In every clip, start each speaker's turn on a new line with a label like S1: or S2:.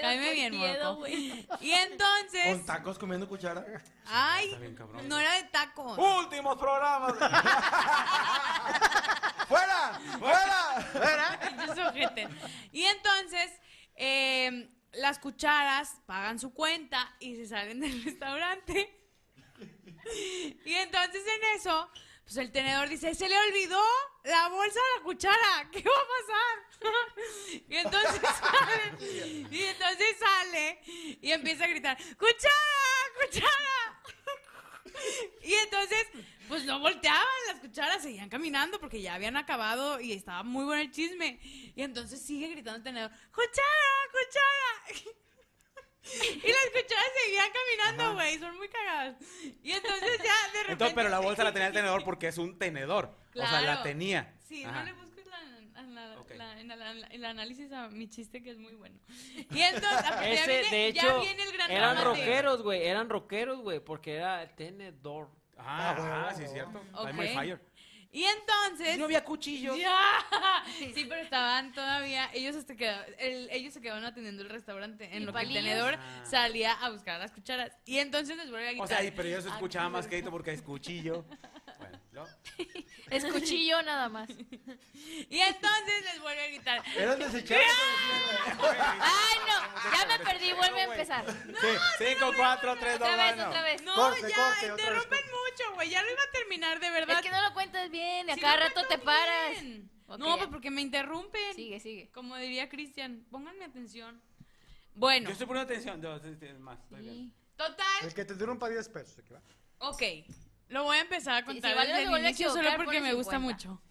S1: Caeme bien, morco. Y entonces.
S2: Con tacos comiendo cuchara.
S1: Ay,
S2: Está bien, cabrón.
S1: no era de tacos.
S2: Últimos programas. ¡Fuera! ¡Fuera!
S1: Pinches ojetes. Y entonces, eh, las cucharas pagan su cuenta y se salen del restaurante. Y entonces en eso, pues el tenedor dice, se le olvidó la bolsa de la cuchara, ¿qué va a pasar? Y entonces sale, y entonces sale y empieza a gritar, cuchara, cuchara. Y entonces, pues no volteaban las cucharas, seguían caminando porque ya habían acabado y estaba muy bueno el chisme. Y entonces sigue gritando el tenedor, cuchara, cuchara. Y las cucharas seguían caminando, güey, son muy cagadas. Y entonces ya de repente.
S2: Entonces, pero la bolsa la tenía el tenedor porque es un tenedor. O sea, la
S1: Claro.
S2: tenía.
S1: Sí,
S2: Ajá.
S1: no le busques la, la-
S2: Ok.
S1: la- en la- la- el análisis a mi chiste que es muy bueno. Y entonces, aparte, ya,
S3: Ese,
S1: viene,
S3: de
S1: ya
S3: hecho,
S1: viene el gran
S3: eran
S1: debate.
S3: rockeros, güey. Eran rockeros, güey, porque era tenedor.
S2: Ah, ajá, sí, es cierto.
S1: Ok.
S2: I'm my fire.
S1: Y entonces.
S3: No había cuchillos.
S1: Ya. Sí, pero estaban todavía. Ellos, hasta queda- el- ellos se quedaban atendiendo el restaurante en
S4: Y
S1: lo que
S4: palillos.
S1: el tenedor salía a buscar las cucharas. Y entonces les vuelve a
S2: Ah. O
S1: gritar.
S2: sea, y- pero yo se
S1: "Ah,
S2: escuchaba
S1: no,
S2: más
S1: no,
S2: crédito porque es cuchillo. Bueno, ¿no?
S4: Es cuchillo nada más.
S1: no". Y entonces les vuelve a gritar.
S2: Eran desechables.
S4: Ay, no, ya me perdí, vuelve a empezar.
S2: Sí, 5, 4, 3, 2,
S4: Otra vez,
S2: 1.
S4: otra vez.
S1: No,
S2: Corte,
S1: ya,
S2: corte, otra vez,
S1: interrumpen mucho, güey. Ya lo iba a terminar, de verdad.
S4: Es que no lo cuentas bien, a
S1: Sí,
S4: cada
S1: no
S4: rato
S1: cuento
S4: te paras.
S1: bien.
S4: Ok,
S1: no,
S4: ya.
S1: pues porque me interrumpen.
S4: Sigue, sigue.
S1: Como diría Cristian, pónganme atención. Bueno,
S2: Yo estoy poniendo atención. No, sí, sí, más. estoy bien.
S4: Sí.
S5: El
S1: total,
S5: que te dura un par de 10 pesos. aquí va.
S1: ok. Lo voy a empezar a
S4: Sí, si
S1: contar
S4: Valeria
S1: desde
S4: se
S1: el
S4: vuelve a
S1: inicio solo
S4: equivocar,
S1: porque
S4: pone
S1: me gusta
S4: 50.
S1: mucho.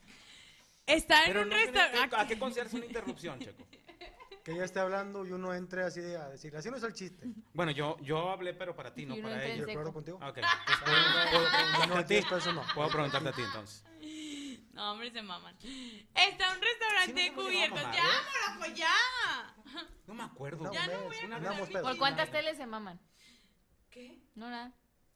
S1: Está en
S2: Pero
S1: un
S2: no tienes que- ¿A
S1: restaurante.
S2: qué consideras una interrupción, Checo?
S5: Que ella esté hablando y uno entre así de- a decirle, así no es el chiste.
S2: Bueno, yo, yo hablé, pero para ti, no
S4: Y uno
S2: para
S4: entra en
S5: Yo
S2: ellos.
S4: seco.
S5: acuerdo contigo.
S2: Ah, Ok.
S5: No, no,
S2: Entonces,
S5: 10 pesos no.
S2: Puedo preguntarte a ti entonces.
S1: No, hombre, se maman. Está en un restaurante
S2: Sí, no sé por qué no
S1: cubierto.
S2: va a mamar,
S1: ya,
S2: ¿eh?
S1: Morajo, ya.
S2: No me acuerdo.
S5: No,
S2: güey.
S1: Ya no
S5: mes,
S1: voy a
S5: una
S1: acordar
S5: mes
S1: ni-
S5: pedo.
S4: ¿Por
S1: Sí,
S4: cuántas teles se maman?
S1: ¿Qué?
S4: No, nada.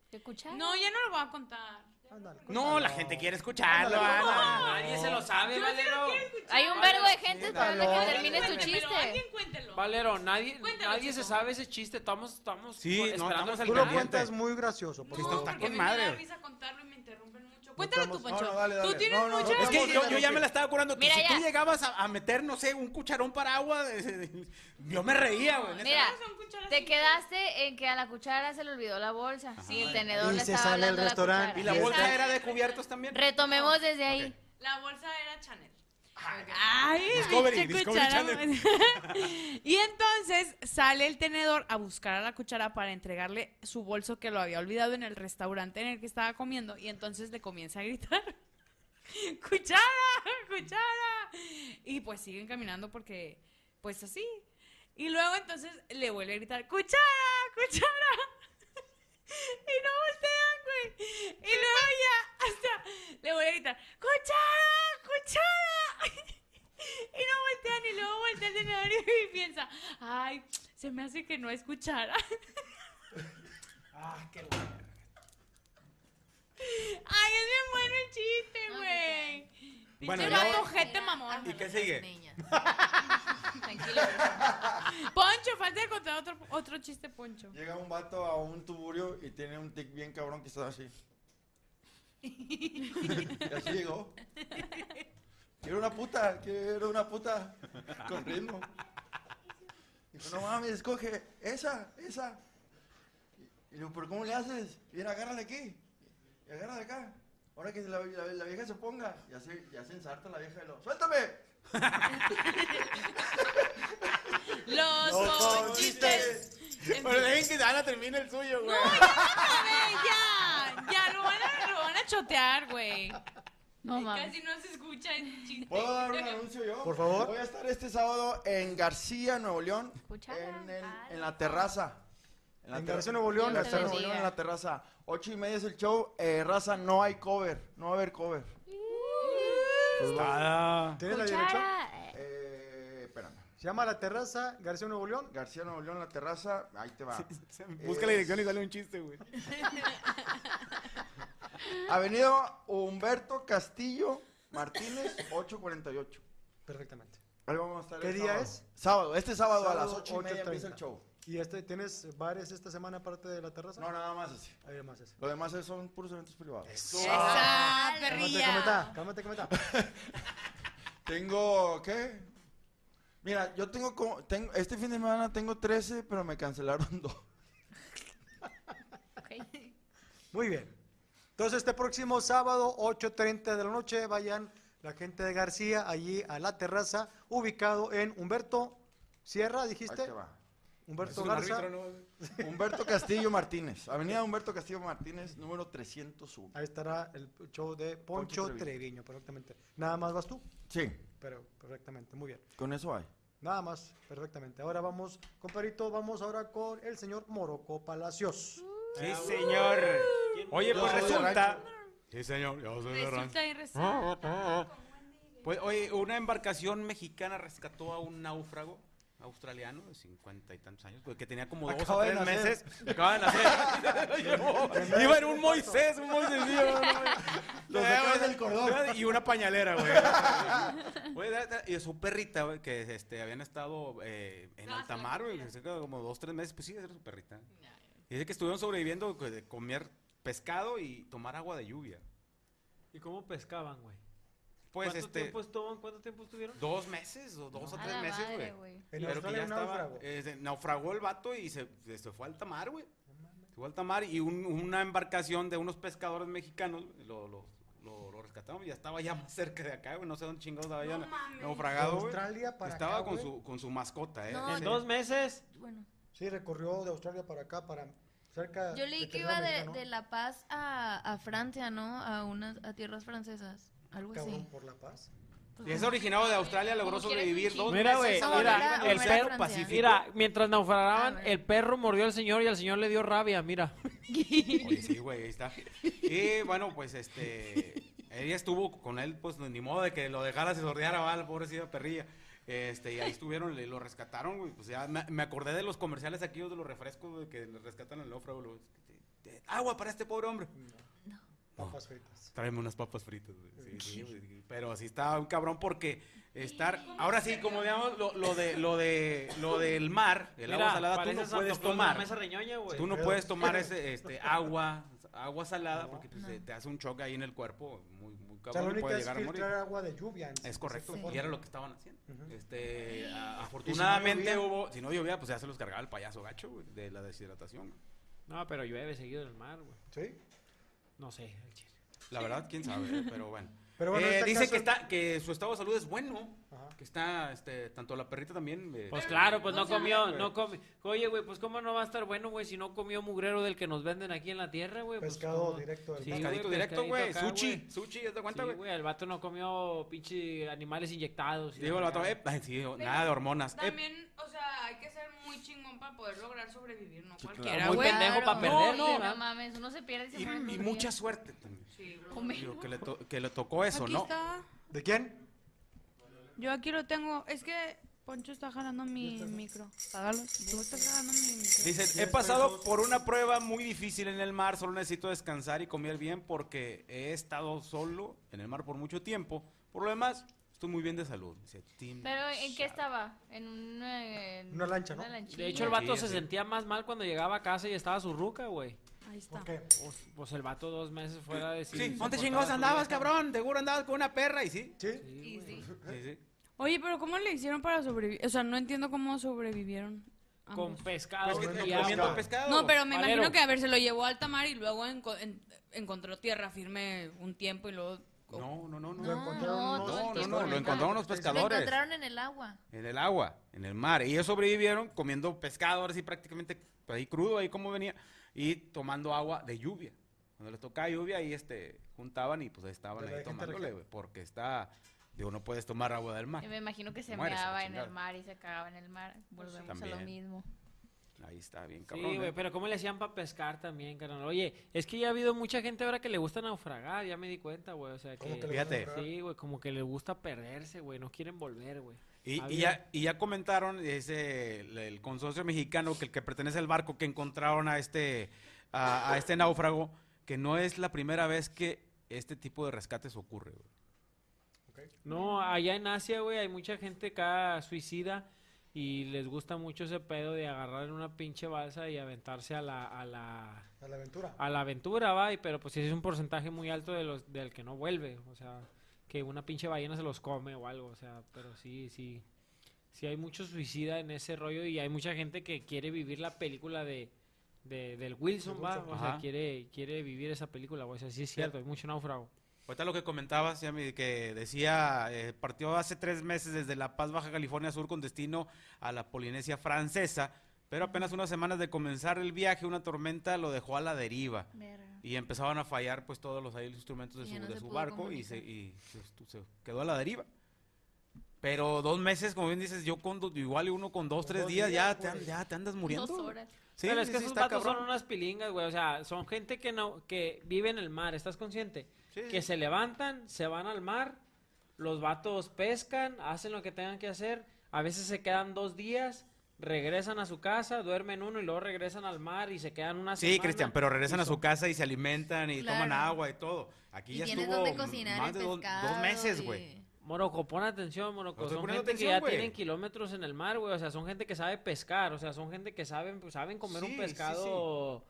S4: ¿Te escuchas?
S1: No, ya no lo voy a contar.
S5: Ándale,
S2: No, la gente quiere escucharlo, Ana.
S3: Nadie se lo sabe, Valero.
S4: Hay un vergo de gente esperando
S5: dalo.
S4: que termine su
S1: Alguien cuéntemelo,
S4: chiste.
S1: Alguien cuéntelo.
S3: Valero, nadie,
S1: Cuéntalo,
S3: nadie se
S1: chico.
S3: sabe ese chiste. Estamos, estamos
S2: Sí, no,
S3: esperando
S2: estamos
S3: el
S5: Tú lo
S2: Caliente.
S5: cuentas muy gracioso.
S1: No,
S5: por
S2: Sí,
S5: favor.
S2: está-
S1: porque
S2: con
S1: me
S2: madre.
S1: da risa contarlo y me interrumpen mucho. Cuéntalo tú,
S5: estamos-
S1: Poncho.
S5: No, no, dale,
S1: Tú
S5: dale.
S1: tienes
S5: No, no,
S1: muchas...
S2: Es que yo, yo ya me la estaba curando.
S4: Mira,
S2: si
S4: ya.
S2: tú llegabas a, a meter, no sé, un cucharón para agua, yo me reía, güey. neta.
S4: Mira,
S1: Son cucharas Ah,
S4: te
S1: sin-
S4: quedaste en que a la cuchara se le olvidó la bolsa. Sí, el tenedor
S5: Y
S4: le
S5: se
S4: estaba
S5: sale el
S4: hablando a la
S5: restaurante.
S4: cuchara.
S2: Y la
S5: Ahí
S2: bolsa
S5: está.
S2: era de cubiertos también.
S4: Retomemos desde ahí.
S1: La bolsa era Chanel. Ah, Ay,
S2: Discovery,
S1: pinche
S2: Discovery
S1: cuchara.
S2: Channel.
S1: y entonces sale el tenedor a buscar a la cuchara para entregarle su bolso que lo había olvidado en el restaurante en el que estaba comiendo y entonces le comienza a gritar. ¡Cuchara! ¡Cuchara! Y pues siguen caminando porque, pues así. Y luego entonces le vuelve a gritar, ¡Cuchara! ¡Cuchara! Y no voltean, güey. Y luego ya, hasta le voy a gritar, ¡Cuchara! ¡Cuchara! Y no voltean, y luego voltea el tenedor y piensa, ¡ay! Se me hace que no es cuchara.
S2: Ah, qué bueno.
S1: ¡Ay, es bien bueno el chiste,
S4: Ah,
S1: güey!
S2: Bueno,
S1: Pinche
S2: luego-
S1: vato ojete mamón.
S2: ¿Y qué sigue?
S4: Niña. Tranquilo.
S1: Poncho, falta de contar otro, otro chiste, Poncho.
S6: Llega un vato a un tuburio y tiene un tic bien cabrón que está así. y así llegó. Quiero una puta, quiero una puta. Con ritmo. Dijo, no mames, escoge esa, esa. Y, y digo, ¿pero cómo le haces? Mira, agárrale aquí. Y agárrale acá. Ahora que la, la- la vieja se ponga. Y así, y así ensarta la vieja y lo. ¡Suéltame!
S1: Los dos chistes.
S2: Pero dejen que Ana termine el suyo, güey.
S1: ¡Ay, ya! Ya, lo van a, lo van a chotear, güey.
S4: No mames.
S1: Casi no se escucha el chiste.
S6: ¿Puedo dar un anuncio yo?
S5: Por favor.
S6: Voy a estar este sábado en García, Nuevo León.
S4: Cuchara,
S6: en, el-
S7: Ah,
S4: vale.
S6: en la terraza.
S5: En García, Nuevo León,
S4: Dios te
S6: García, Nuevo
S4: bendiga.
S6: León, en la terraza. Ocho y media es el show. Eh, raza, no hay cover. No va a haber cover.
S2: Pues,
S6: Pues
S5: ¿Tienes la dirección?
S6: Eh, espérame.
S5: Se llama La Terraza, García Nuevo León.
S6: García, Nuevo León, la terraza. Ahí te va.
S2: Busca la dirección y sale un chiste, güey.
S6: Avenida Humberto Castillo Martínez, 848.
S5: Perfectamente.
S6: Ahí vamos a estar
S5: Eh, ¿Qué
S6: el
S5: día
S6: sábado.
S5: es?
S6: Sábado. Este sábado, a las
S5: Sábado,
S6: ocho y media empieza
S5: 8:30.
S6: el show.
S5: ¿Y este, tienes bares esta semana aparte de La Terraza?
S6: No, nada más así.
S5: Hay más ese.
S6: Lo demás es- son puros eventos privados. Ah,
S1: ¡Esa
S5: Cálmate,
S1: perrilla!
S5: cometa, cálmate, cometa.
S6: Tengo, ¿qué? Mira, yo tengo como, tengo, este fin de semana tengo 13, pero me cancelaron dos.
S5: Muy bien. Entonces, este próximo sábado, 8.30 de la noche, vayan la gente de García allí a la terraza, ubicado en Humberto Sierra,
S6: Ahí
S5: dijiste.
S6: te va.
S5: Humberto Garza.
S6: Humberto Castillo Martínez, Avenida Humberto Castillo Martínez, número 301.
S5: Ahí estará el show de
S6: Poncho
S5: Poncho,
S6: Treviño.
S5: Treviño, perfectamente. Nada más vas tú,
S6: Sí,
S5: pero perfectamente, muy bien.
S6: con eso hay.
S5: Nada más, perfectamente. Ahora vamos, compadrito, vamos ahora con el señor Moroco Palacios.
S3: Ah,
S2: Sí, señor. Oye, pues
S6: Ah, Yo soy de
S2: resulta.
S6: rancho.
S2: Sí, señor. Yo soy de rancho.
S1: Resulta y resulta.
S2: Pues, oye, una embarcación mexicana rescató a un náufrago australiano de cincuenta y tantos años, pues, que tenía como dos
S6: Acaba
S2: o
S6: de
S2: tres
S6: nacer.
S2: meses. Acaba de nacer. Lo llevó. Iba en un Moisés, un Moisés. sí, iba en un Moisés.
S6: Lo
S2: Eh,
S6: sacaron
S2: güey,
S6: del cordón.
S2: Y una pañalera, güey. Güey, da- da- y su perrita, güey, que este, habían estado eh, en
S1: Ah,
S2: alta
S1: sí,
S2: mar,
S1: la
S2: güey,
S1: perrita.
S2: cerca de como dos, tres meses. Pues sí, era su perrita. Y dice que estuvieron sobreviviendo pues, de comer pescado y tomar agua de lluvia.
S3: ¿Y cómo pescaban, güey?
S2: Pues
S3: ¿Cuánto
S2: este.
S3: tiempo estuvo- ¿Cuánto tiempo estuvieron?
S2: Dos meses, o dos o
S4: A
S2: tres
S4: la
S2: meses,
S4: madre,
S2: güey.
S4: güey.
S5: En
S2: Pero que ya
S5: Australia
S2: estaba,
S5: náufrago.
S2: eh, se- naufragó el vato y se, se- se fue al tamar, güey. Se fue al tamar y un- una embarcación de unos pescadores mexicanos lo, lo, lo, lo rescataron. Ya estaba ya más cerca de acá, güey. No sé dónde chingados estaba ya naufragado, güey.
S5: Australia para
S2: Estaba
S5: acá,
S2: con,
S5: güey.
S2: su, con su mascota, ¿eh?
S4: No,
S2: Sí.
S3: ¿En dos meses?
S4: Bueno,
S5: Sí, recorrió de Australia para acá, para cerca
S4: yo leí
S5: de
S4: que
S5: Tierra
S4: iba de,
S5: Mexicana, ¿no?
S4: de La Paz a, a Francia, ¿no? A unas a tierras francesas. Algo
S5: Cabrón,
S4: así.
S5: por la paz.
S2: Y es originario de Australia, logró
S4: Como quiera,
S2: sobrevivir
S4: sí.
S2: dos
S3: Mira, güey,
S2: meses.
S3: mira,
S2: arriba en
S3: el
S2: Océano
S3: perro-
S2: Pacífico.
S3: Mira, mientras naufragaban,
S4: Ah,
S3: el perro mordió al señor y al señor le dio rabia, mira.
S2: Oye, sí, güey, ahí está. Y bueno, pues este. Ella estuvo con él, pues ni modo de que lo dejara se sordeara, va, la pobrecita perrilla. Este, y ahí estuvieron, le- lo rescataron, güey. Pues ya me, me acordé de los comerciales aquellos de los refrescos, güey, que le rescatan al náufrago. lo- te- te- agua para este pobre hombre.
S5: Papas fritas.
S2: Tráeme unas papas fritas, güey. Sí, sí, güey, sí. Pero sí estaba un cabrón porque estar. Ahora sí, como digamos, lo, lo de, lo, de, lo del mar, el agua
S3: Mira,
S2: salada, tú no
S3: pareces Santo
S2: puedes
S3: Claus de la
S2: tomar.
S3: mesa reñoña, güey.
S2: Tú no
S5: Pero-
S2: puedes tomar ese, este, agua, agua salada, porque pues,
S4: No.
S2: te- te hace un choque ahí en el cuerpo, muy, muy
S5: O sea,
S2: cabrón,
S5: la
S2: y
S5: única
S2: puede
S5: es
S2: llegar a morir.
S5: filtrar agua de lluvia. en-
S2: Es correcto,
S5: Sí.
S2: y era lo que estaban haciendo.
S5: Ujú.
S2: Este, a- afortunadamente
S5: llovía?
S2: hubo, si no llovía, pues ya se los cargaba el payaso gacho, güey, de la deshidratación.
S3: No, pero llueve seguido en el mar, güey.
S5: Sí.
S3: No sé, al chile.
S2: La verdad, quién sabe, eh, pero bueno.
S5: Pero bueno,
S2: Eh,
S5: este
S2: dice
S5: caso-
S2: que, está, que su estado de salud es bueno,
S5: Ajá.
S2: que está, este, tanto la perrita también. eh,
S3: Pues claro, pues
S1: o
S3: no
S1: sea,
S3: comió,
S2: güey.
S3: no comió. Oye, güey, pues cómo no va a estar bueno, güey, si no comió mugrero del que nos venden aquí en la tierra, güey. Pues,
S5: Pescado
S3: ¿cómo?
S5: directo del
S3: Sí,
S5: mar.
S3: güey,
S2: pescadito directo,
S3: pescadito
S2: güey.
S3: acá,
S2: Sushi, sushi, ¿te
S3: Sí,
S2: cuenta, güey?
S3: güey, el vato no comió pinche animales inyectados. y
S2: Digo,
S3: la
S2: el vato,
S3: fregada.
S2: eh, ay, sí, nada de hormonas. eh,
S1: También, o sea, hay que ser muy chingón para poder lograr sobrevivir, no cualquiera,
S3: Muy
S1: güey.
S3: pendejo pa' perderle,
S1: No, no.
S3: ¿verdad?
S4: no mames, uno se pierde y se
S2: y,
S4: muere todos
S2: y
S4: los
S2: mucha
S4: días.
S2: suerte también.
S1: Sí, bro.
S2: Digo, que, le to- que le tocó eso,
S1: Aquí
S2: ¿no?
S1: está.
S5: ¿De quién?
S1: Yo aquí lo tengo. Es que Poncho está jalando mi micro. Págalo. Tú estás jalando mi micro.
S2: Dicen, he pasado por una prueba muy difícil en el mar, solo necesito descansar y comer bien porque he estado solo en el mar por mucho tiempo. Por lo demás, estoy muy bien de salud. Dice, Tim
S4: Pero ¿en qué
S2: Sharp.
S4: estaba? En una, en
S5: Una lancha, ¿no?
S4: Una lanchita.
S3: De hecho, el
S2: Sí,
S3: vato se
S2: sí.
S3: sentía más mal cuando llegaba a casa y estaba su ruca, güey.
S1: Ahí está.
S5: ¿Por qué?
S3: Pues, pues el vato dos meses fuera de pues,
S2: Sí,
S3: ¿dónde
S2: ¿dónde chingados andabas, cabrón? Seguro andabas con una perra y sí.
S5: ¿Sí?
S4: Sí, sí.
S2: Sí, sí.
S1: Oye, pero ¿cómo le hicieron para sobrevivir? O sea, no entiendo cómo sobrevivieron.
S3: Con
S1: ambos.
S3: pescado.
S5: Pues que
S3: güey,
S5: te
S3: y agua.
S2: Comiendo pescado.
S1: No, pero me
S3: Valero.
S1: imagino que a ver, se lo llevó a alta mar y luego enco- en- encontró tierra firme un tiempo y luego.
S2: No, no, no, no.
S5: Lo
S4: No,
S5: encontraron
S4: no,
S5: unos-
S4: todo el
S2: No, no,
S4: tiempo
S2: no,
S4: en
S2: lo
S4: el pues,
S2: encontraron
S4: mar.
S2: unos
S4: Lo
S2: pescadores.
S4: encontraron en el agua.
S2: En el agua, en el mar. Y ellos sobrevivieron comiendo pescado, ahora sí prácticamente pues, ahí crudo, ahí como venía, y tomando agua de lluvia. Cuando les tocaba lluvia, ahí este, juntaban y pues ahí estaban
S5: Pero
S2: ahí
S5: hay gente
S2: tomándole,
S5: rica.
S2: güey, porque está, digo, no puedes tomar agua del mar.
S4: Y me imagino que se
S2: Mueres, a la
S4: meaba en
S2: chingada.
S4: el mar y se cagaba en el mar. Volvemos a lo
S2: También.
S4: mismo.
S2: Ahí está, bien cabrón.
S3: Sí, güey,
S2: ¿eh?
S3: pero ¿cómo le hacían para pescar también, carnal? Oye, es que ya ha habido mucha gente ahora que le gusta naufragar, ya me di cuenta, güey. O sea
S5: ¿Cómo
S3: que.
S5: que le
S2: Fíjate.
S5: van a comprar?
S3: Sí, güey, como que le gusta perderse, güey. No quieren volver, güey.
S2: Y, y
S3: Había-
S2: ya, y ya comentaron ese, el, el consorcio mexicano que el que pertenece al barco que encontraron a este, a, a este náufrago, que no es la primera vez que este tipo de rescates ocurre. güey.
S3: No, allá en Asia, güey, hay mucha gente acá suicida y les gusta mucho ese pedo de agarrar una pinche balsa y aventarse a la, a la,
S5: A la aventura.
S3: a la aventura, va, y- pero pues sí es un porcentaje muy alto de los, del que no vuelve, o sea, que una pinche ballena se los come o algo, o sea, pero sí, sí, sí hay mucho suicida en ese rollo y hay mucha gente que quiere vivir la película de, de- del Wilson, va, o sea,
S2: Ajá.
S3: quiere, quiere vivir esa película, güey, o sea, sí es cierto, hay mucho náufrago.
S2: Ahorita lo que comentabas, Yami, que decía, eh, partió hace tres meses desde La Paz, Baja California Sur, con destino a la Polinesia Francesa, pero apenas unas semanas de comenzar el viaje, una tormenta lo dejó a la deriva
S4: Verga.
S2: y empezaban a fallar pues todos los, ahí los instrumentos de
S4: Y
S2: su,
S4: ya no
S2: de
S4: se
S2: su
S4: pudo
S2: barco y,
S4: comunicar.
S2: se, y se- se quedó a la deriva. Pero dos meses, como bien dices, yo con do- igual y uno con dos,
S5: Con
S2: tres
S5: dos
S2: días, ya,
S5: días, pues.
S2: te, an-
S5: güey.
S2: ya te andas muriendo.
S4: Dos
S2: güey.
S4: horas.
S2: Sí,
S3: Pero es
S2: sí,
S3: que
S2: sí,
S3: esos
S2: está
S3: vatos son
S2: cabrón.
S3: unas pilingas, güey. O sea, son gente que no, que vive en el mar, ¿estás consciente?
S2: Sí,
S3: Que
S2: sí.
S3: se levantan, se van al mar, los vatos pescan, hacen lo que tengan que hacer, a veces se quedan dos días, regresan a su casa, duermen uno y luego regresan al mar y se quedan una
S2: Sí,
S3: semana.
S2: Cristian, pero regresan
S3: y
S2: a su
S3: son-
S2: casa y se alimentan y
S4: Claro.
S2: toman agua y todo. Aquí
S4: Y
S2: ya
S4: tienes
S2: estuvo
S4: donde cocinar
S2: más
S4: el
S2: de dos,
S4: pescado
S2: dos meses,
S4: y-
S2: güey.
S3: Moroco, pon atención,
S2: No
S3: Moroco.
S2: estoy
S3: Son gente
S2: poniendo
S3: que
S2: atención,
S3: ya
S2: güey.
S3: tienen kilómetros en el mar, güey. O sea, son gente que sabe pescar. O sea, son gente que saben, pues, saben comer
S2: Sí,
S3: un
S2: sí, sí.
S3: pescado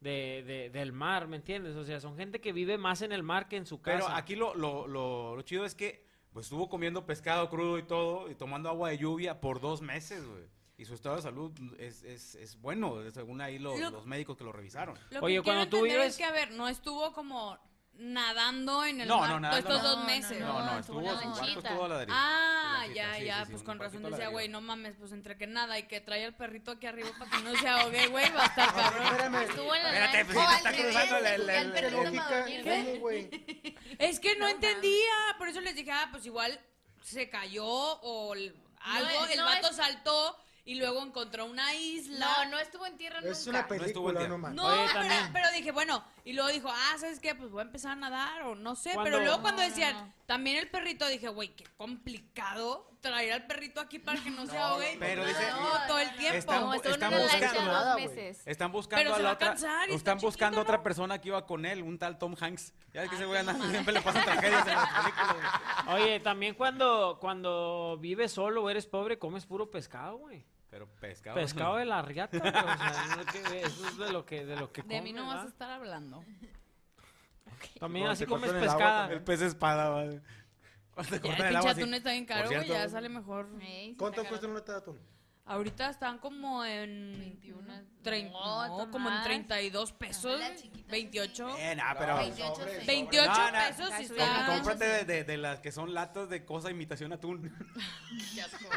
S3: de- de- del mar, ¿me entiendes? O sea, son gente que vive más en el mar que en su casa.
S2: Pero aquí lo, lo, lo, lo chido es que pues estuvo comiendo pescado crudo y todo y tomando agua de lluvia por dos meses, güey. Y su estado de salud es, es, es bueno, según ahí lo-
S1: Lo-
S2: los médicos que lo revisaron.
S1: Lo
S3: Oye,
S1: que quiero
S3: cuando tú
S1: entender
S3: vives-
S1: es que, a ver, no estuvo como nadando en el
S2: No,
S1: mar
S2: no, nadando
S1: estos
S2: no.
S1: dos meses.
S4: No,
S2: No, no, estuvo
S4: estuvo una
S2: su barco
S4: lanchita.
S2: estuvo a la deriva.
S1: Ah,
S2: Sí,
S1: ya,
S2: sí,
S1: ya,
S2: sí, sí,
S1: pues
S2: un
S1: con
S2: barquito
S1: razón
S2: a la
S1: decía,
S2: deriva.
S1: güey, no mames, pues entre que nada y que trae el perrito aquí arriba para que no se ahogue, güey, va a estar cabrón.
S5: Espérame.
S4: Estuvo en la
S2: Espérate,
S4: lancha.
S2: pues, ya
S4: Oh,
S2: está
S4: al
S2: cruzando
S4: revés,
S2: la-
S4: se subió
S2: la-
S4: al
S2: la-
S5: ¿Qué
S4: perrito para
S5: lógica?
S4: dormir,
S5: ¿Cómo,
S4: güey.
S5: güey?
S1: Es que no
S4: No
S1: entendía, por eso les dije, ah, pues igual se cayó o l- algo,
S4: es-
S1: el
S4: no
S1: vato
S4: es-
S1: saltó y luego encontró una isla.
S4: No, no estuvo en tierra
S5: Es una
S4: nunca.
S2: estuvo el
S5: película,
S2: día.
S5: no mames.
S1: No,
S3: Oye,
S1: pero,
S3: también.
S1: pero dije, bueno, y luego dijo, ah, ¿sabes qué? Pues voy a empezar a nadar o no sé.
S3: Cuando-
S1: Pero luego cuando
S4: No, no,
S1: decían,
S4: no.
S1: también el perrito, dije, güey, qué complicado traer al perrito aquí para que no se ahogue.
S2: pero
S1: no,
S2: dice-
S1: todo el tiempo.
S2: Está-
S4: No, estuvo en
S2: están
S4: una lancha
S2: buscando
S4: dos
S5: nada, güey.
S4: meses.
S2: Están buscando
S1: Pero
S2: a
S1: se
S2: la
S1: va a
S2: otra.
S1: cansar y está
S2: están buscando a
S1: chiquito,
S2: otra
S1: ¿no?
S2: persona que iba con él, un tal Tom Hanks. Ya ves que
S4: Ay,
S2: ese güey
S4: qué
S2: anda-
S4: mamada.
S2: siempre le pasan tragedias en las películas.
S3: Ah, Oye, también cuando, cuando vives solo o eres pobre, comes puro pescado, güey.
S2: Pero pescado.
S3: Pescado de la riata, güey, o sea, es lo que- eso es de lo que, de lo que
S1: De mí
S3: comes,
S1: no vas a
S3: ¿verdad?
S1: estar hablando.
S3: También
S5: No,
S3: así
S5: te
S3: comes
S5: cortan el agua
S3: pescada.
S2: El pez espada, güey. Cuando te
S1: Ya, el
S2: cortan el
S1: pinche
S2: agua así.
S1: atún está bien caro,
S2: Por
S1: güey.
S2: cierto,
S1: Ya sale mejor.
S4: Ey, sí
S5: ¿Cuánto
S4: está
S5: cuesta
S4: caro.
S5: una lata de atún?
S1: Ahorita están como en.
S4: 21.
S1: trein-
S4: No,
S1: no,
S4: Tomás.
S1: como en 32 pesos.
S4: Ajá, la chiquita,
S1: 28.
S2: Eh, nah, pero.
S4: Veintiocho,
S6: Sobre,
S4: sí.
S1: 28
S2: No, no,
S1: pesos
S4: está
S1: sí
S4: subiendo.
S2: Com-
S1: está.
S4: Compra-
S2: Cómprate de, de- de las que son latas de cosa imitación atún.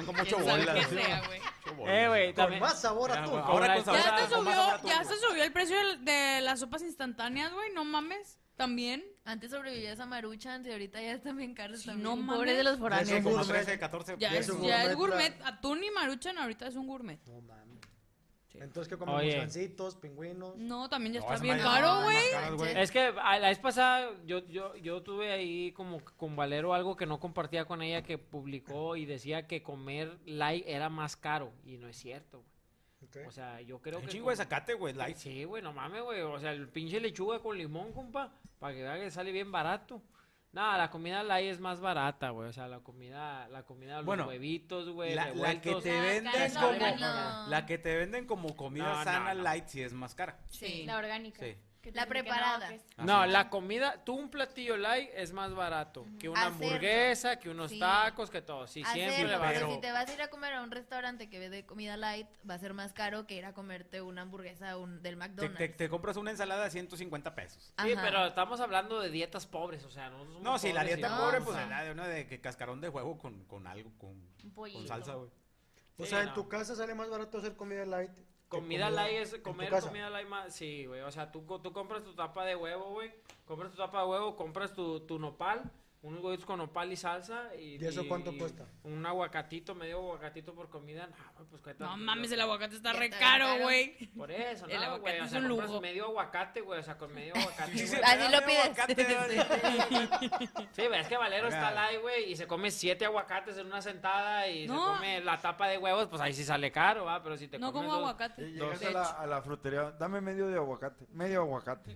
S2: Como ocho
S1: Quién sabe
S2: bolas.
S1: qué sea, güey.
S3: Eh, güey,
S5: Con
S3: también.
S5: más sabor a
S2: Mira,
S5: atún.
S2: güey, Ahora con
S3: Ya
S2: sabor
S1: Ya
S2: a-
S1: se
S2: con más sabor a
S1: subió,
S2: atún,
S1: ya
S2: güey.
S1: se subió el precio del- de las sopas instantáneas, güey. No mames. También.
S4: Antes sobrevivías a Maruchan y ahorita ya están bien caros
S1: Sí,
S4: también.
S1: no mames.
S4: Pobres de los
S2: Ya son
S4: foráneos.
S2: como
S5: gourmet.
S2: 13, 14
S1: Ya es,
S5: es un
S1: ya es
S5: gourmet,
S1: gourmet. Atún y maruchan ahorita es un gourmet.
S5: Entonces, ¿qué comemos?
S3: Oye.
S5: Gancitos, pingüinos.
S1: No, también ya
S2: No,
S1: está
S2: esa
S1: bien
S2: madre-
S1: caro,
S2: no,
S1: güey.
S2: más caras, güey.
S3: Es que a la vez pasada yo, yo, yo tuve ahí como que con Valero algo que no compartía con ella que publicó y decía que comer light era más caro y no es cierto, güey.
S5: Ok.
S3: O sea, yo creo
S2: Un
S3: que...
S2: chingo de
S3: con-
S2: zacate, güey.
S3: Ay,
S2: light.
S3: sí, güey, no mames, güey. O sea, el pinche lechuga con limón, compa, para que vea que sale bien barato. Nada, la comida light es más barata, güey. O sea, la comida, la comida, los
S2: Bueno,
S3: huevitos, güey,
S2: La, la que
S3: revueltos.
S2: te
S4: No,
S2: venden
S4: cara,
S3: no,
S2: como
S4: no.
S2: la que te venden como comida
S3: No, no,
S2: sana
S3: no.
S2: light sí es más cara.
S4: Sí.
S8: La orgánica.
S2: Sí.
S8: Que te
S4: La
S8: dicen que no,
S4: preparada.
S8: que es-
S3: No, la comida, tú un platillo light es más barato que una
S4: Hacerlo.
S3: hamburguesa, que unos
S4: Sí.
S3: tacos, que todo. Sí, siempre
S4: Hacerlo,
S3: va a
S4: porque
S2: pero-
S4: si te vas a ir a comer a un restaurante que vende comida light, va a ser más caro que ir a comerte una hamburguesa un- del
S2: Te,
S4: McDonald's.
S2: te- te compras una ensalada de 150 pesos.
S3: Sí,
S4: Ajá.
S3: pero estamos hablando de dietas pobres, o sea, no somos
S2: No, si la
S3: pobres y
S2: dieta
S4: sí.
S3: no,
S2: pobre,
S3: o
S2: pues
S3: sea,
S2: es la de una de que cascarón de huevo con, con algo, con,
S8: Un
S2: con
S8: pollito.
S2: salsa, güey.
S5: O
S3: Sí,
S5: sea, en
S3: no.
S5: tu casa sale más barato hacer comida light. que
S3: Comida light es
S5: en tu
S3: comer
S5: casa.
S3: comida light más. Sí, güey. O sea, tú, co- tú compras tu tapa de huevo, güey. Compras tu tapa de huevo, compras tu, tu nopal, unos huevitos con nopal y salsa. ¿Y,
S5: ¿Y eso cuánto
S3: y
S5: cuesta?
S3: Un aguacatito, medio aguacatito por comida. No, güey, pues cuesta.
S1: No mames, el aguacate está
S4: Ya
S1: re
S4: está
S1: caro,
S4: caro.
S1: güey.
S3: Por eso,
S1: el
S3: ¿no, güey?
S1: aguacate
S3: O
S1: es
S3: sea,
S1: un
S3: compras
S1: lujo.
S3: medio aguacate, güey. O sea, con medio aguacate.
S2: Sí,
S3: güey.
S2: se
S3: Sí,
S2: te
S4: Así
S2: da
S4: lo
S2: un
S4: pides.
S2: aguacate, güey.
S3: güey, es que Valero está
S2: Oiga.
S3: light, güey, y se come siete aguacates en una sentada y
S1: No.
S3: se come la tapa de huevos, pues ahí sí sale caro, ¿va? Pero si te
S1: No
S3: comes
S1: como
S3: dos-
S1: aguacate.
S6: Y llegas
S1: De
S6: a la,
S1: hecho.
S6: a la frutería, dame medio de aguacate, medio aguacate.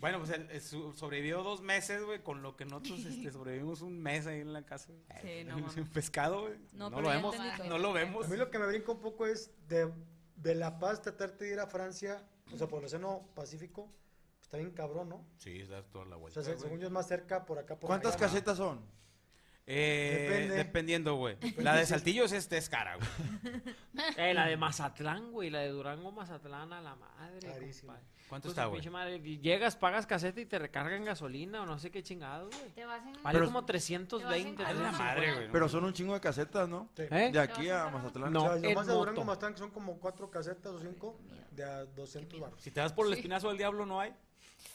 S2: Bueno, pues él, eh, su- sobrevivió dos meses, güey, con lo que nosotros este, sobrevivimos un mes ahí en la casa. güey.
S1: Sí, no mames.
S2: Sin pescado, güey. No,
S1: No,
S2: lo
S1: pero ya
S2: vemos.
S1: entendí todo.
S2: No lo vemos.
S5: A mí lo que me brinca un poco es de, de La Paz tratarte de ir a Francia, o sea, por el Océano Pacífico. pues, Está bien cabrón, ¿no?
S2: Sí, das toda la
S5: O
S2: vuelta.
S5: sea, se- según yo es más cerca por acá. Por
S6: ¿Cuántas
S5: Miami.
S6: casetas son?
S2: Eh,
S5: Depende.
S2: Dependiendo, güey. La de Saltillos este es cara, güey.
S3: Eh, la de Mazatlán, güey, la de Durango, Mazatlán, a la madre.
S5: Carísimo.
S3: compadre.
S2: ¿Cuánto
S3: Pues,
S2: está, güey?
S3: pinche madre, y Llegas, pagas caseta y te recargan gasolina o no sé qué chingados, güey.
S8: Te vas en.
S3: Vale
S6: Pero-
S3: como 320.
S8: Te
S2: A
S8: vas en-
S2: la
S3: 350.
S2: madre, güey.
S6: Pero son un chingo de casetas, ¿no?
S5: Sí.
S3: ¿Eh?
S6: De aquí
S8: vas a
S6: a
S8: sacar
S6: Mazatlán.
S3: No.
S5: o sea,
S3: en
S5: nomás de Durango
S3: moto.
S5: Mazatlán son como cuatro casetas o cinco de a 200 baros.
S2: Si te vas por el espinazo del diablo, no hay.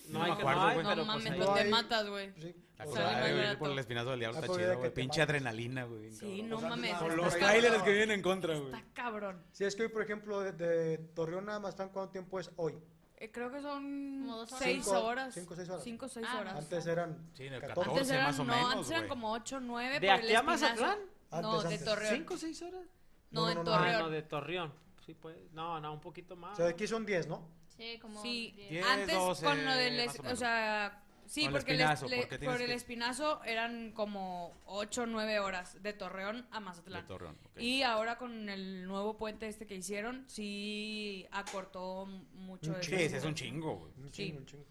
S3: No
S2: me
S3: hay,
S2: acuerdo,
S3: no hay,
S2: güey.
S3: pero
S1: No
S3: pues
S1: mames,
S3: ahí-
S1: pues te
S5: ahí-
S1: matas, güey.
S5: Sí.
S2: La
S1: O
S2: cosa
S1: sea,
S2: de
S1: más
S2: vivir
S1: barato.
S2: por el espinazo del diablo
S5: Ah,
S2: está
S5: pues,
S2: chido,
S5: ya
S2: güey.
S5: que te
S2: Pinche
S5: matas.
S2: adrenalina, güey. bien
S1: Sí,
S2: cabrón.
S1: no
S5: O sea,
S1: mames. pues,
S5: con
S1: está
S2: Los
S5: Está
S2: trailers
S5: cabrón.
S2: que vienen en contra, güey.
S1: Está cabrón.
S5: Si es que hoy, por ejemplo, de, de Torreón a Mazatlán, ¿cuánto tiempo es hoy?
S1: Eh, creo que son
S8: Como dos horas.
S1: seis
S5: Cinco-
S1: horas.
S5: cinco o seis horas.
S1: Cinco o seis
S8: Ah,
S1: horas.
S5: Antes eran
S2: Sí, en el
S5: 14.
S2: 14.
S1: Antes eran,
S2: más o
S1: no,
S2: menos,
S1: antes eran
S2: güey.
S1: como ocho,
S3: ¿De
S1: nueve. por el
S3: aquí a
S1: espinazo.
S3: Mazatlán?
S1: No,
S5: Antes,
S1: de
S5: antes.
S1: Torreón.
S3: ¿Cinco o seis horas?
S1: No,
S5: No,
S1: en
S5: no, no, no.
S3: Ah,
S1: Torreón.
S3: no, de Torreón. Sí, pues. No, no, un poquito
S5: O
S3: más.
S5: sea, de aquí son 10, ¿no?
S8: Sí, como.
S1: Sí,
S8: diez.
S2: Diez,
S1: antes
S2: doce,
S1: con lo del...
S2: más
S1: es-
S2: o
S1: o
S2: menos.
S1: sea, sí,
S2: Con el
S1: porque el
S2: espinazo,
S1: es- le-
S2: porque tienes
S1: por el
S2: que-
S1: espinazo eran como ocho, nueve horas de Torreón a Mazatlán.
S2: De Torreón, ok.
S1: Y ahora con el nuevo puente este que hicieron, sí acortó m- mucho.
S5: Un
S1: el-
S2: Sí, ese es un chingo, güey.
S5: Un
S1: Sí.
S5: chingo, un chingo.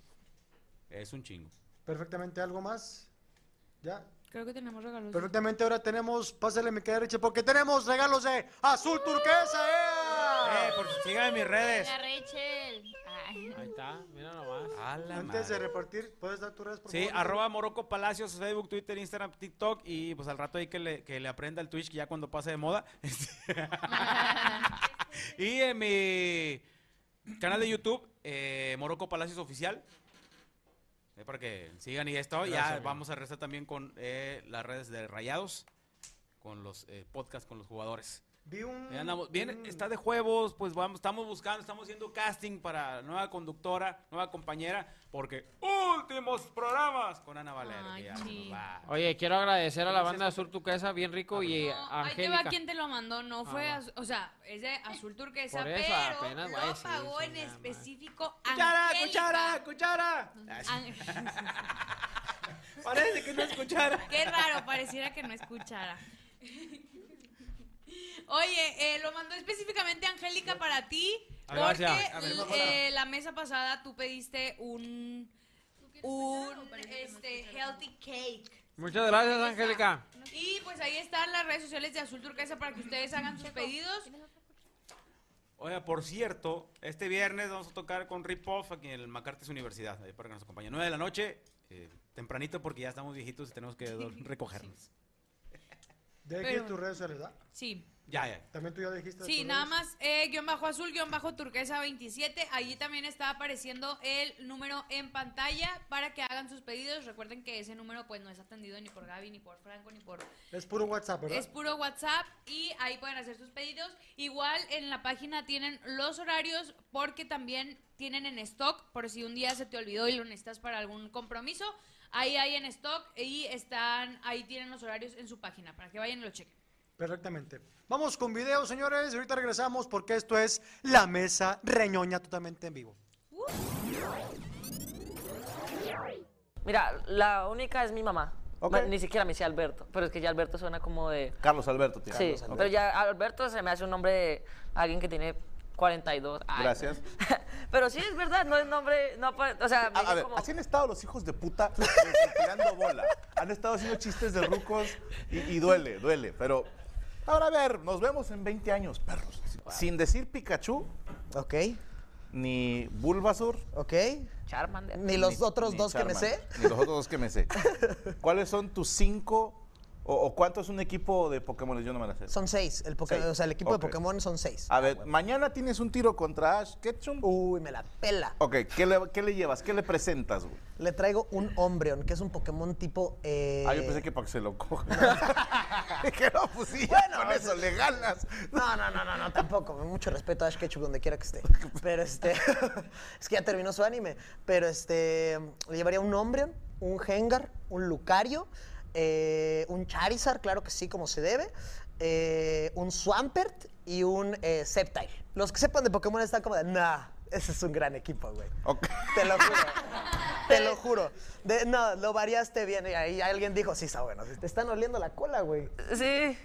S2: Es un chingo.
S5: Perfectamente, ¿algo más? ¿Ya?
S1: Creo que tenemos regalos.
S5: Perfectamente, ahora tenemos, pásale mi querida Richie, porque tenemos regalos de Azul Turquesa.
S2: Eh,
S5: ¡eh!
S2: por síganme en mis redes.
S8: La Rachel. Ay.
S3: Ahí está, mira nomás.
S2: A la
S5: Antes de
S2: madre.
S5: repartir, ¿puedes dar tus redes, por
S2: Sí,
S5: favor?
S2: arroba Morocco Palacios, Facebook, Twitter, Instagram, TikTok y pues al rato ahí que le, que le aprenda el Twitch que ya cuando pase de moda. y en mi canal de YouTube, eh, Morocco Palacios Oficial. eh, para que sigan y esto.
S3: Gracias,
S2: ya
S3: amigo.
S2: vamos a rezar también con eh, las redes de Rayados, con los eh, podcasts con los jugadores.
S5: Vi un.
S2: Ya andamos. Viene-
S5: un-
S2: está de juegos, pues vamos, estamos buscando, estamos haciendo casting para nueva conductora, nueva compañera, porque últimos programas con Ana Valero.
S1: Ay,
S2: que ya se nos
S1: sí.
S2: va.
S3: Oye, quiero agradecer a la
S2: Gracias,
S3: banda
S2: José.
S3: Azul Tu Casa, bien rico,
S5: Ah,
S3: y a
S1: No, ahí te va
S3: Angélica. Ah,
S1: quien te lo mandó, no fue,
S3: va.
S1: azu- o sea, es de azul turquesa,
S3: Por eso,
S1: pero
S3: apenas voy a
S1: lo
S3: decir eso,
S1: pagó en
S3: nada más.
S1: específico
S2: ¡Cuchara,
S1: Angélica. Ah,
S2: cuchara, cuchara! Ay, sí,
S1: Ang-
S2: Parece que no es cuchara.
S1: Qué raro, pareciera que no escuchara. Oye, eh, lo mandó específicamente Angélica para ti, porque
S3: Gracias.
S2: A ver,
S1: l-
S2: vamos
S1: eh, la mesa pasada tú pediste un, un este, healthy cake.
S3: Muchas gracias, Angélica.
S1: Y pues ahí están las redes sociales de Azul Turquesa para que ustedes hagan sus pedidos.
S2: Oiga, por cierto, este viernes vamos a tocar con Rip Off aquí en el Macartes Universidad, ahí para que nos acompañe. 9 de la noche, eh, tempranito porque ya estamos viejitos y tenemos que do- recogernos.
S5: Deja
S1: Pero-
S5: tus redes sociales, ¿verdad?
S1: Sí.
S2: Ya, ya.
S5: También tú ya dijiste.
S1: Sí,
S5: tus
S1: nada
S5: redes.
S1: más, eh, guión bajo azul, guión bajo turquesa 27. Allí también está apareciendo el número en pantalla para que hagan sus pedidos. Recuerden que ese número pues no es atendido ni por Gaby, ni por Franco, ni por...
S5: Es puro WhatsApp, ¿verdad?
S1: Es puro WhatsApp y ahí pueden hacer sus pedidos. Igual en la página tienen los horarios porque también tienen en stock por si un día se te olvidó y lo necesitas para algún compromiso. Ahí hay en stock y están, ahí tienen los horarios en su página para que vayan y lo chequen.
S5: Perfectamente. Vamos con video, señores. Ahorita regresamos porque esto es La Mesa Reñoña totalmente en vivo.
S7: Uh. Mira, la única es mi mamá.
S9: Ok.
S7: No, Ni siquiera me dice Alberto, pero es que ya Alberto suena como de...
S9: Carlos Alberto, tío.
S7: sí, pero ya ah, Alberto se me hace un nombre de alguien que tiene 42. Ay,
S9: Gracias.
S7: pero sí, es verdad, no es nombre... No, pa- o sea, me
S9: A, a
S7: dice
S9: ver,
S7: como-
S9: así han estado los hijos de puta eh, tirando bola. Han estado haciendo chistes de rucos y, y duele, duele. Pero ahora a ver, nos vemos en 20 años, perros. Sin decir Pikachu
S10: Ok,
S9: ni Bulbasur.
S10: ok.
S7: Charmander.
S10: Ni los otros
S9: ni
S10: dos que me sé.
S9: Charmander, Ni los otros dos que me sé. ¿Cuáles son tus cinco o, o cuánto es un equipo de Pokémon? Yo no me la sé.
S10: Son Ah, seis. El Poké-
S9: Seis.
S10: O sea, el equipo
S9: Ok.
S10: de Pokémon son seis.
S9: A ver, mañana tienes un tiro contra Ash Ketchum.
S10: Uy, me la pela.
S9: Ok, ¿qué le, qué le llevas? ¿Qué le presentas, güey?
S10: Le traigo un Umbreon, que es un Pokémon tipo. eh,
S9: Ah, yo pensé que para que se lo coja. que no, pues sí,
S10: Bueno,
S9: con
S10: o
S9: eso
S10: sea-
S9: le ganas.
S10: No, no, no, no, no, tampoco. Mucho respeto a Ash Ketchum donde quiera que esté. Pero este. es que ya terminó su anime. Pero este. Le llevaría un Umbreon, un Hengar, un Lucario, eh, un Charizard, claro que sí, como se debe. eh, un Swampert y un eh, Sceptile. Los que sepan de Pokémon están como de. Nah, ese es un gran equipo, güey.
S9: Ok.
S10: Te lo juro. Te lo juro. De- no, lo variaste bien. Y ahí alguien dijo, sí, está bueno. Te están oliendo la cola, güey.
S7: Sí.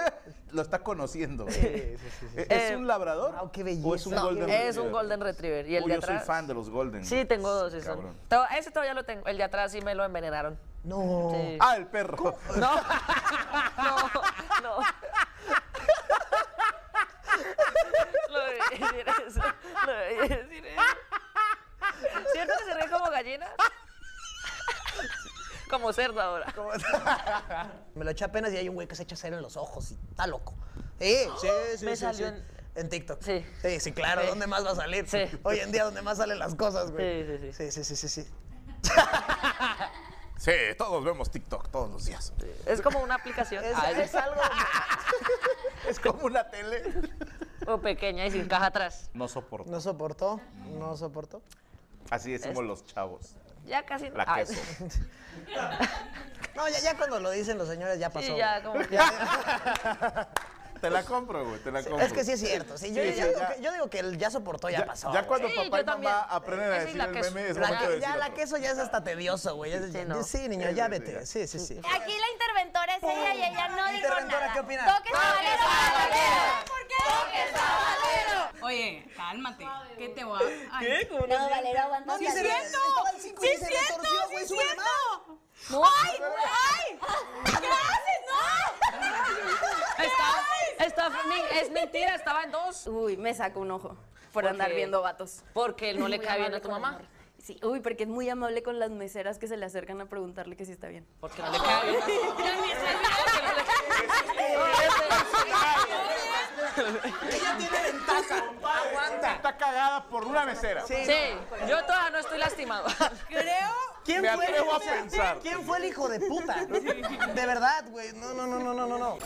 S9: lo está conociendo. ¿E-, ¿Es
S7: Eh,
S9: un labrador?
S10: wow, qué
S9: ¿O es un
S10: belleza.
S9: golden
S7: Es un Golden Retriever. Y el
S9: Uy,
S7: de
S9: yo soy
S7: atrás...
S9: fan de los golden.
S7: Sí, tengo dos. esos.
S9: Cabrón.
S7: To- Ese todavía lo tengo. El de atrás sí me lo envenenaron.
S10: No.
S7: Sí.
S9: Ah, el perro.
S7: No. no, no. Lo debí decir eso. Lo debí decir
S9: Eh.
S7: eso. ¿Cierto que se ríe como gallina? Como cerdo ahora.
S10: Me lo eché apenas y hay un güey que se echa cera en los ojos y está loco. Sí, sí, sí.
S7: Me
S10: sí,
S7: salió
S10: sí.
S7: en-
S10: En TikTok.
S7: Sí.
S10: Sí, sí, claro.
S7: Sí.
S10: ¿Dónde más va a salir?
S7: Sí.
S10: Hoy en día, ¿dónde más salen las cosas, güey?
S7: Sí, sí, sí.
S10: Sí, sí, sí, sí. sí.
S9: Sí, todos vemos TikTok todos los días.
S7: Es como una aplicación.
S10: Es,
S7: Ay,
S10: es algo.
S9: Es como una tele.
S7: o pequeña y sin caja atrás.
S9: No soporto.
S10: No soportó. No soportó.
S9: Así decimos los chavos.
S7: Ya casi.
S9: La
S7: ay.
S9: queso.
S10: No, ya, ya cuando lo dicen los señores ya pasó.
S7: Sí, ya
S10: güey.
S7: como que-
S9: Te la compro, güey, te la compro.
S10: Es que sí es cierto. Sí, yo,
S9: Sí,
S10: yo
S9: sí,
S10: digo
S9: ya.
S10: Que, yo digo que el ya soportó, ya,
S9: Ya,
S10: pasó.
S9: ya cuando
S7: Sí,
S9: papá
S7: yo
S9: y
S7: también.
S9: mamá aprenden a
S7: Esa y
S9: decir
S7: la
S9: el
S7: queso.
S9: meme, es
S10: La-
S9: momento de decir
S10: ya la
S9: otro.
S10: queso ya es hasta tedioso, güey. Ya-
S7: Sí,
S10: ya-
S7: no.
S10: Sí, niño,
S9: Sí,
S10: ya
S9: sí, sí,
S10: vete.
S9: ya.
S10: Sí, sí, sí.
S8: Aquí la interventora es ella y ella no dijo
S10: Interventora,
S8: nada.
S10: ¿qué opinas?
S8: ¡Toques a Valero! ¿Por qué? ¡Toques a
S1: Oye, cálmate, que te voy a... ¿Qué?
S8: Valero! No, Valero, aguanta.
S10: sí, se re- estaba el cinco y se retorció, güey, súbele
S8: ¡No! ¡Ay, ay! ¿Qué haces? ¡No!
S7: Está- está- es mentira, estaba en dos.
S4: Uy, me saco un ojo por
S7: ¿Por
S4: andar
S7: qué?
S4: viendo vatos.
S7: Porque no le
S4: Muy
S7: cae bien a
S4: amable
S7: tu
S4: con el
S7: mamá.
S4: amor. Sí, uy, porque es muy amable con las meseras que se le acercan a preguntarle que si está bien.
S7: Porque no le cae bien. Porque no le
S10: Ella tiene ventaja. Aguanta.
S9: Está cagada por una mesera.
S10: Sí. pues,
S7: Sí, yo todavía no estoy lastimado.
S10: Creo. ¿Quién
S9: Me
S10: fue?
S9: atrevo a pensar.
S10: ¿Quién fue el hijo de puta? De verdad, güey. No, no, no, no, no, no, no.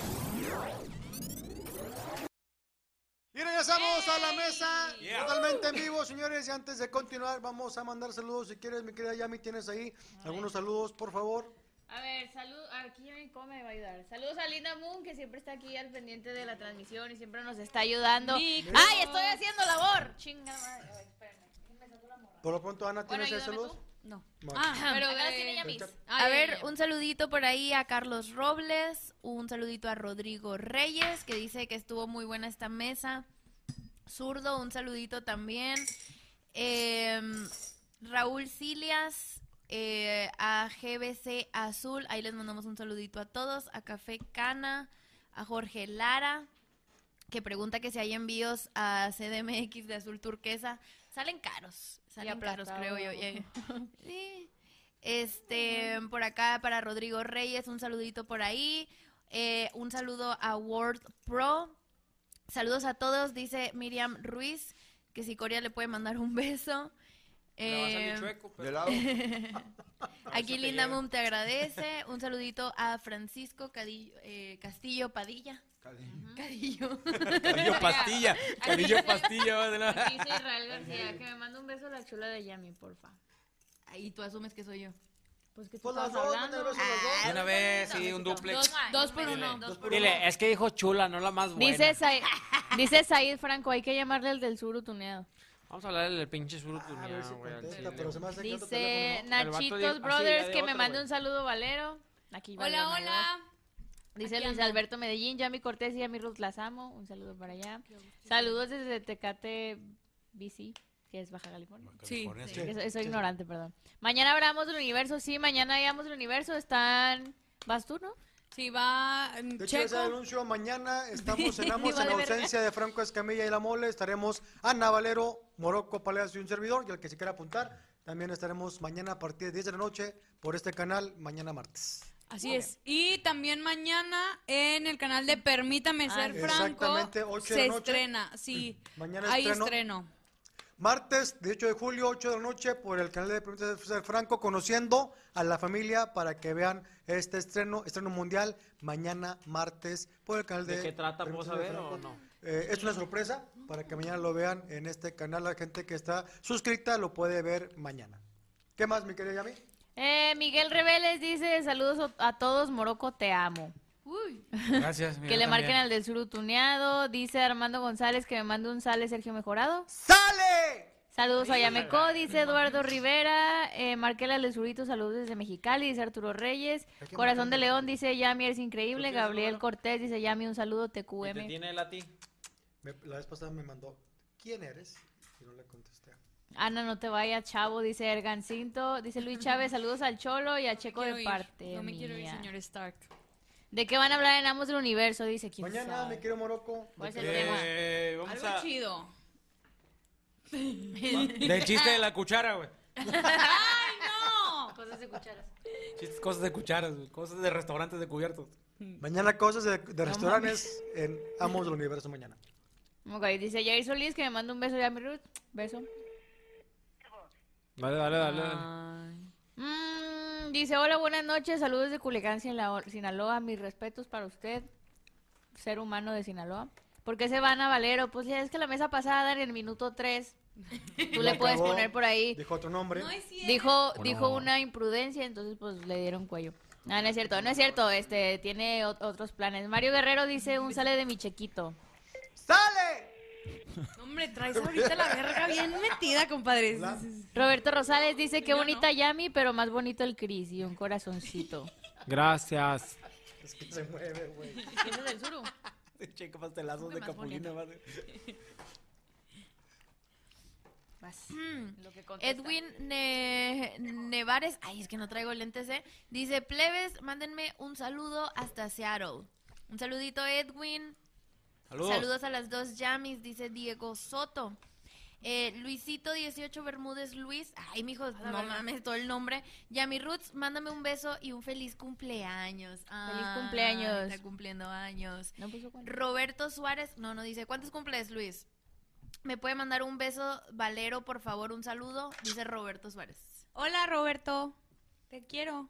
S5: Y regresamos a la mesa totalmente en vivo, señores. Y antes de continuar, vamos a mandar saludos. Si quieres, mi querida Yami, tienes ahí algunos saludos, por favor.
S11: A ver, saludos. Aquí ya cómo me va a ayudar. Saludos a Linda Moon, que siempre está aquí al pendiente de la transmisión y siempre nos está ayudando.
S5: Nick.
S11: ¡Ay, estoy haciendo labor! Chinga madre. A ver, espérame.
S5: Por lo pronto, Ana,
S11: Bueno,
S5: ¿tienes ahí
S11: ayúdame
S5: saludos?
S11: No.
S5: Vale.
S11: Ah, pero
S4: Acá
S11: de-
S4: sí le llamis.
S11: Ay,
S4: A
S11: ay,
S4: ver,
S11: ay.
S4: un saludito por ahí a Carlos Robles, un saludito a Rodrigo Reyes, que dice que estuvo muy buena esta mesa. Zurdo, un saludito también. Em, Raúl Cilias, eh, a GBC Azul, ahí les mandamos un saludito a todos. A Café Cana, a Jorge Lara, que pregunta que si hay envíos a CDMX de Azul Turquesa. Salen caros, salen caros, creo yo. y- Sí. Este, por acá para Rodrigo Reyes, un saludito por ahí. Eh, un saludo a World Pro. Saludos a todos, dice Miriam Ruiz, que si Corea le puede mandar un beso.
S8: Le va a salir
S4: Eh,
S8: chueco, pero-
S6: De lado.
S4: Aquí
S6: te
S4: Linda
S6: llega.
S4: Mum te agradece. Un saludito a Francisco Cadillo- eh, Castillo Padilla. Cadillo.
S2: Cadillo Pastilla. Cadillo Pastilla. va de la-
S11: Aquí dice Israel García, que me manda un beso a la chula de Yami, porfa.
S4: Y tú asumes que soy yo.
S11: Pues que tú
S4: Pues
S11: estás
S4: las dos,
S11: hablando.
S4: mándale beso a las dos.
S11: Ah,
S4: De
S2: una vez, sí, un duplex.
S11: Dos, dos por
S2: Dile,
S11: uno. Dos por
S3: Dile, es que dijo chula, no la más buena.
S11: Dice Said, dice Said Franco, hay que llamarle al del sur tuneado.
S3: Vamos a hablar del pinche surutuneado,
S5: Ah, a ver si
S3: güey, al
S5: contesta,
S3: chile,
S5: pero se me
S3: güey.
S5: hace que otro
S11: Dice
S3: El vato dijo- ah,
S11: Nachitos
S3: sí,
S11: Brothers
S3: ya de
S11: que me
S3: otro,
S11: mande
S3: güey.
S11: un saludo valero. Aquí va
S1: Hola,
S11: Leona,
S1: hola.
S11: ¿verdad? Dice
S1: Aquí
S11: Luis
S1: ando.
S11: Alberto Medellín, Yami Cortés y Yami Ruth las amo. Un saludo para allá. Saludos desde Tecate, BC, que es Baja California.
S1: Sí, California, sí. sí.
S11: Eso- eso
S1: Sí.
S11: ignorante, perdón. Mañana hablamos del universo, sí, mañana hablamos del universo. Están. ¿Vas tú, no?
S1: Sí, va. mm,
S5: De hecho, ese anuncio mañana estamos cenamos en ausencia de Franco Escamilla y la Mole. Estaremos Ana Valero, Morocco Paleas y un servidor. Y el que se quiera apuntar, también estaremos mañana a partir de 10 de la noche por este canal, mañana martes.
S1: Así es. Y también mañana en el canal de Permítame
S8: Ah,
S1: Ser
S5: Exactamente,
S1: Franco
S5: ocho de
S1: se
S5: la noche.
S1: estrena. Sí,
S5: Mañana
S1: ahí
S5: estreno.
S1: estreno.
S5: Martes 18 de julio, 8 de la noche, por el canal de Permítame Ser Franco, conociendo a la familia para que vean este estreno, estreno mundial, mañana martes, por el canal de...
S3: ¿De qué trata? ¿Puedo
S5: Permítame Ser
S3: saber
S5: Franco.
S3: o no?
S5: Eh, es una sorpresa para que mañana lo vean en este canal. La gente que está suscrita lo puede ver mañana. ¿Qué más, mi querida Yami?
S11: Eh, Miguel Reveles dice: Saludos a todos, Morocco, te amo.
S4: Uy.
S2: Gracias,
S11: Que le marquen al del surutuneado. Dice Armando González que me mande un sale Sergio Mejorado.
S5: ¡Sale!
S11: Saludos a Yameco, dice Eduardo Rivera. Eh, Marquela del Surito, saludos desde Mexicali, dice Arturo Reyes.
S3: que
S11: Corazón de
S3: marcarle.
S11: León, dice Yami, eres
S3: ¿Tú
S11: increíble.
S1: Pues
S3: tienes
S11: Gabriel
S3: número?
S11: Cortés, dice Yami, un saludo,
S3: ¿Y te
S11: TQM.
S3: tiene él a ti?
S5: Me- la vez pasada me mandó, ¿quién eres? Y no le contesté.
S11: Ana, Ah, no te vayas, chavo, dice Ergancinto. Dice Luis Chávez, saludos al Cholo y a Checo
S1: Quiero
S11: de
S1: ir.
S11: parte.
S1: No me quiero ir,
S11: mía.
S1: señor Stark.
S11: ¿De qué van a hablar en Amos del Universo? Dice quién
S5: Mañana,
S11: sabe?
S5: mi querido Morocco.
S11: ¿Cuál es el
S2: Eh,
S11: tema?
S2: vamos a...
S1: chido.
S2: Del chiste de la cuchara, güey.
S1: ¡Ay, no!
S11: Cosas de Pues cucharas.
S2: Chistes, Cosas de cucharas, güey. Cosas de restaurantes de cubiertos.
S5: Mañana cosas de, de restaurantes en Amos del Universo mañana.
S11: Ok, dice Jair Solís que me manda un beso, Yami Ruth. Beso.
S3: Dale, dale, dale. dale.
S11: Mm, dice, hola, buenas noches, saludos de Culiacán, Sinalo- Sinaloa, mis respetos para usted, ser humano de Sinaloa. ¿Por qué se van a Valero? Pues ya es que la mesa pasada, en el minuto 3, tú le
S5: Lo
S11: puedes
S5: acabó,
S11: poner por ahí.
S5: Dijo otro nombre.
S11: Dijo,
S5: Bueno.
S11: dijo una imprudencia, entonces pues le dieron cuello. No, no es cierto, no es cierto, este, tiene ot- otros planes. Mario Guerrero dice, un sale de mi chequito.
S5: ¡Sale!
S1: Hombre, traes ahorita la verga bien metida, compadre.
S11: Roberto Rosales dice, qué bonita Yami, pero más bonito el Cris y un corazoncito.
S3: Gracias.
S5: Es que se mueve, güey.
S11: ¿Quién es el suru?
S2: Checa pastelazos
S11: Hombre,
S2: de
S11: más
S2: capulina, madre.
S4: Mm. Edwin Ne- Nevares, ay, es que no traigo lentes, eh. Dice, plebes, mándenme un saludo hasta Seattle. Un saludito, Edwin.
S8: Saludos.
S4: a las dos Yamis, dice Diego Soto. Eh, Luisito 18 Bermúdez Luis, ay, mijo, no
S8: verga.
S4: mames todo el nombre. Yami Roots, mándame un beso y un feliz cumpleaños. Ay,
S11: cumpleaños.
S4: Ah, Está cumpliendo años.
S11: No puso cuenta.
S4: Roberto Suárez, no, no dice, ¿cuántos cumples, Luis? ¿Me puede mandar un beso, Valero, por favor, un saludo? Dice Roberto Suárez.
S1: Hola, Roberto. Te quiero.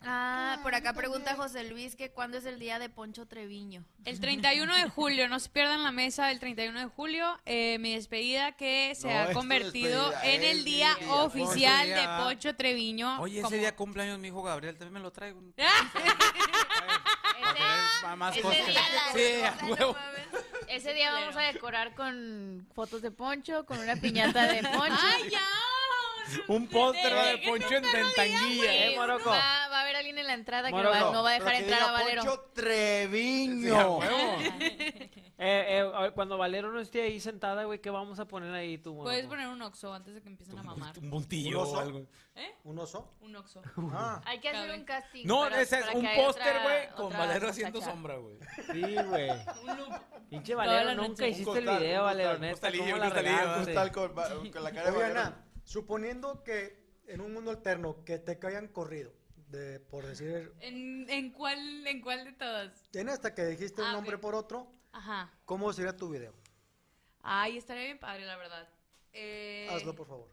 S4: Ah, por acá pregunta José Luis que cuándo es el día de Poncho Treviño.
S1: El 31 de julio, no se pierdan la mesa del 31 de julio. eh, mi despedida que se
S2: No, es
S1: ha
S2: tu
S1: convertido
S2: despedida,
S1: en el
S2: el
S1: día
S2: día.
S1: oficial
S2: Oye,
S1: de
S2: ya.
S1: Pocho Treviño.
S2: Oye,
S1: como-
S2: ese día cumpleaños mi hijo Gabriel, también me lo traigo. más
S11: ese
S2: cosas.
S11: día
S2: Sí, a huevo.
S11: Ese día vamos a decorar con fotos de Poncho, con una piñata de Poncho.
S1: ¡Ay, ya!
S2: Un póster va de Poncho en
S11: Sí,
S2: tentanguilla, ¿eh, Morocco?
S11: Va, va a haber alguien en la entrada que
S3: Morocco,
S11: va- no va a
S3: pero
S11: dejar
S3: que
S11: entrar
S3: diga
S11: a Valero.
S3: Poncho
S6: Treviño.
S3: Sí, a huevo. Eh, eh, a ver, cuando Valero no esté ahí sentada, güey, ¿qué vamos a poner ahí tú,
S11: Pues,
S3: Morocco?
S1: Puedes poner un oxo antes de que empiecen a mamar.
S2: Un puntillo
S6: ¿Un oso?
S2: o algo.
S1: ¿Eh?
S5: ¿Un oso?
S1: Un oxo.
S5: Ah.
S11: Hay que hacer un casting.
S2: No,
S11: para-
S2: ese es
S11: para
S2: un
S11: que haya
S2: póster,
S11: otra-
S2: güey, con
S11: otra
S2: Valero
S11: muchacha.
S2: haciendo sombra, güey.
S3: Sí, güey. Pinche
S2: Toda
S3: Valero,
S2: la noche.
S3: nunca
S2: Un
S3: hiciste el
S2: costal,
S3: video,
S2: un
S3: Valero,
S2: costal, un
S3: neta.
S2: costalillo,
S3: ¿Cómo
S2: un
S3: la
S2: costalillo, un
S3: regaste?
S6: costal con- con la cara de
S5: Oye,
S6: Valero.
S5: Ana, suponiendo que en un mundo alterno que te caigan corrido, de, por decir,
S1: ¿En, en cuál, ¿En cuál de todas?
S5: en hasta que dijiste
S1: Ah,
S5: un nombre por otro,
S1: Ajá.
S5: ¿cómo sería tu video?
S1: Ay, estaría bien padre, la verdad. Eh,
S5: Hazlo, por favor.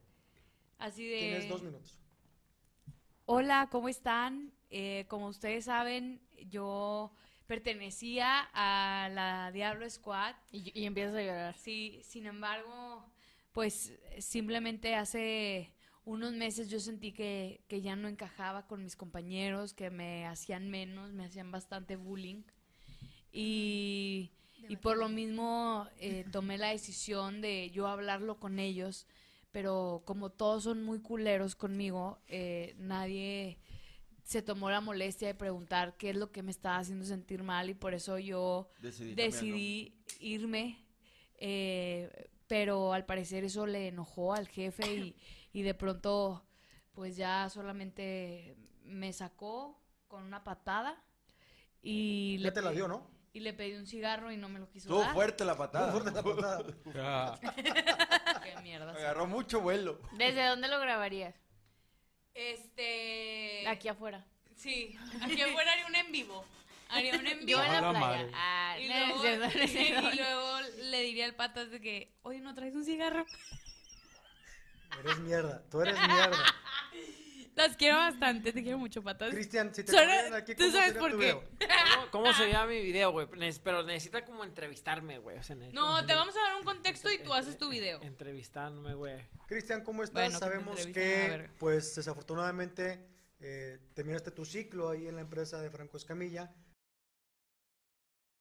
S1: Así de...
S5: Tienes dos minutos.
S1: Hola, ¿cómo están? Eh, como ustedes saben, yo pertenecía a la Diablo Squad.
S11: Y, empiezas a llorar.
S1: Sí, sin embargo, pues simplemente hace unos meses yo sentí que, que ya no encajaba con mis compañeros, que me hacían menos, me hacían bastante bullying. Y, y por lo mismo eh, tomé la decisión de yo hablarlo con ellos, pero como todos son muy culeros conmigo, eh, nadie se tomó la molestia de preguntar qué es lo que me estaba haciendo sentir mal y por eso yo
S8: Decidí
S1: decidí,
S8: cambiarlo.
S1: irme, eh, pero al parecer eso le enojó al jefe y, y de pronto pues ya solamente me sacó con una patada y
S5: Ya
S1: le
S5: te la
S1: pedí-
S5: dio, ¿no?
S1: Y le pedí un cigarro y no me lo quiso
S6: Estuvo
S1: dar.
S6: fuerte la patada.
S5: Estuvo fuerte la patada.
S6: Ah,
S1: Qué mierda.
S6: Agarró mucho vuelo.
S11: ¿Desde dónde lo grabarías?
S1: Este.
S11: Aquí afuera.
S1: Sí, aquí afuera haría un en vivo. Haría un en vivo.
S11: Yo en la
S1: Ah,
S11: playa.
S1: madre.
S11: Ah,
S1: Y
S11: no, no es
S1: luego,
S11: cierto, no es cierto.
S1: y luego le diría al patas de que, oye, ¿no traes un cigarro?
S5: Eres mierda, tú eres mierda.
S1: Las quiero bastante, te quiero mucho, patas.
S5: Cristian, si te
S1: Solo-
S5: cambiaran aquí,
S1: ¿tú
S5: ¿cómo
S1: sabes
S5: sería
S1: por
S5: tu
S1: qué?
S5: video?
S3: ¿Cómo, cómo
S1: Ah.
S3: se llama mi video, güey? Neces- Pero necesita como entrevistarme, güey. o sea, necesita
S1: No, te vamos a dar un contexto y tú haces tu video.
S3: Entrevistarme, güey.
S5: Cristian, ¿cómo estás?
S1: Bueno, que me
S5: Sabemos
S1: entrevisten a la
S5: que,
S1: verga.
S5: pues, desafortunadamente eh, terminaste tu ciclo ahí en la empresa de Franco Escamilla,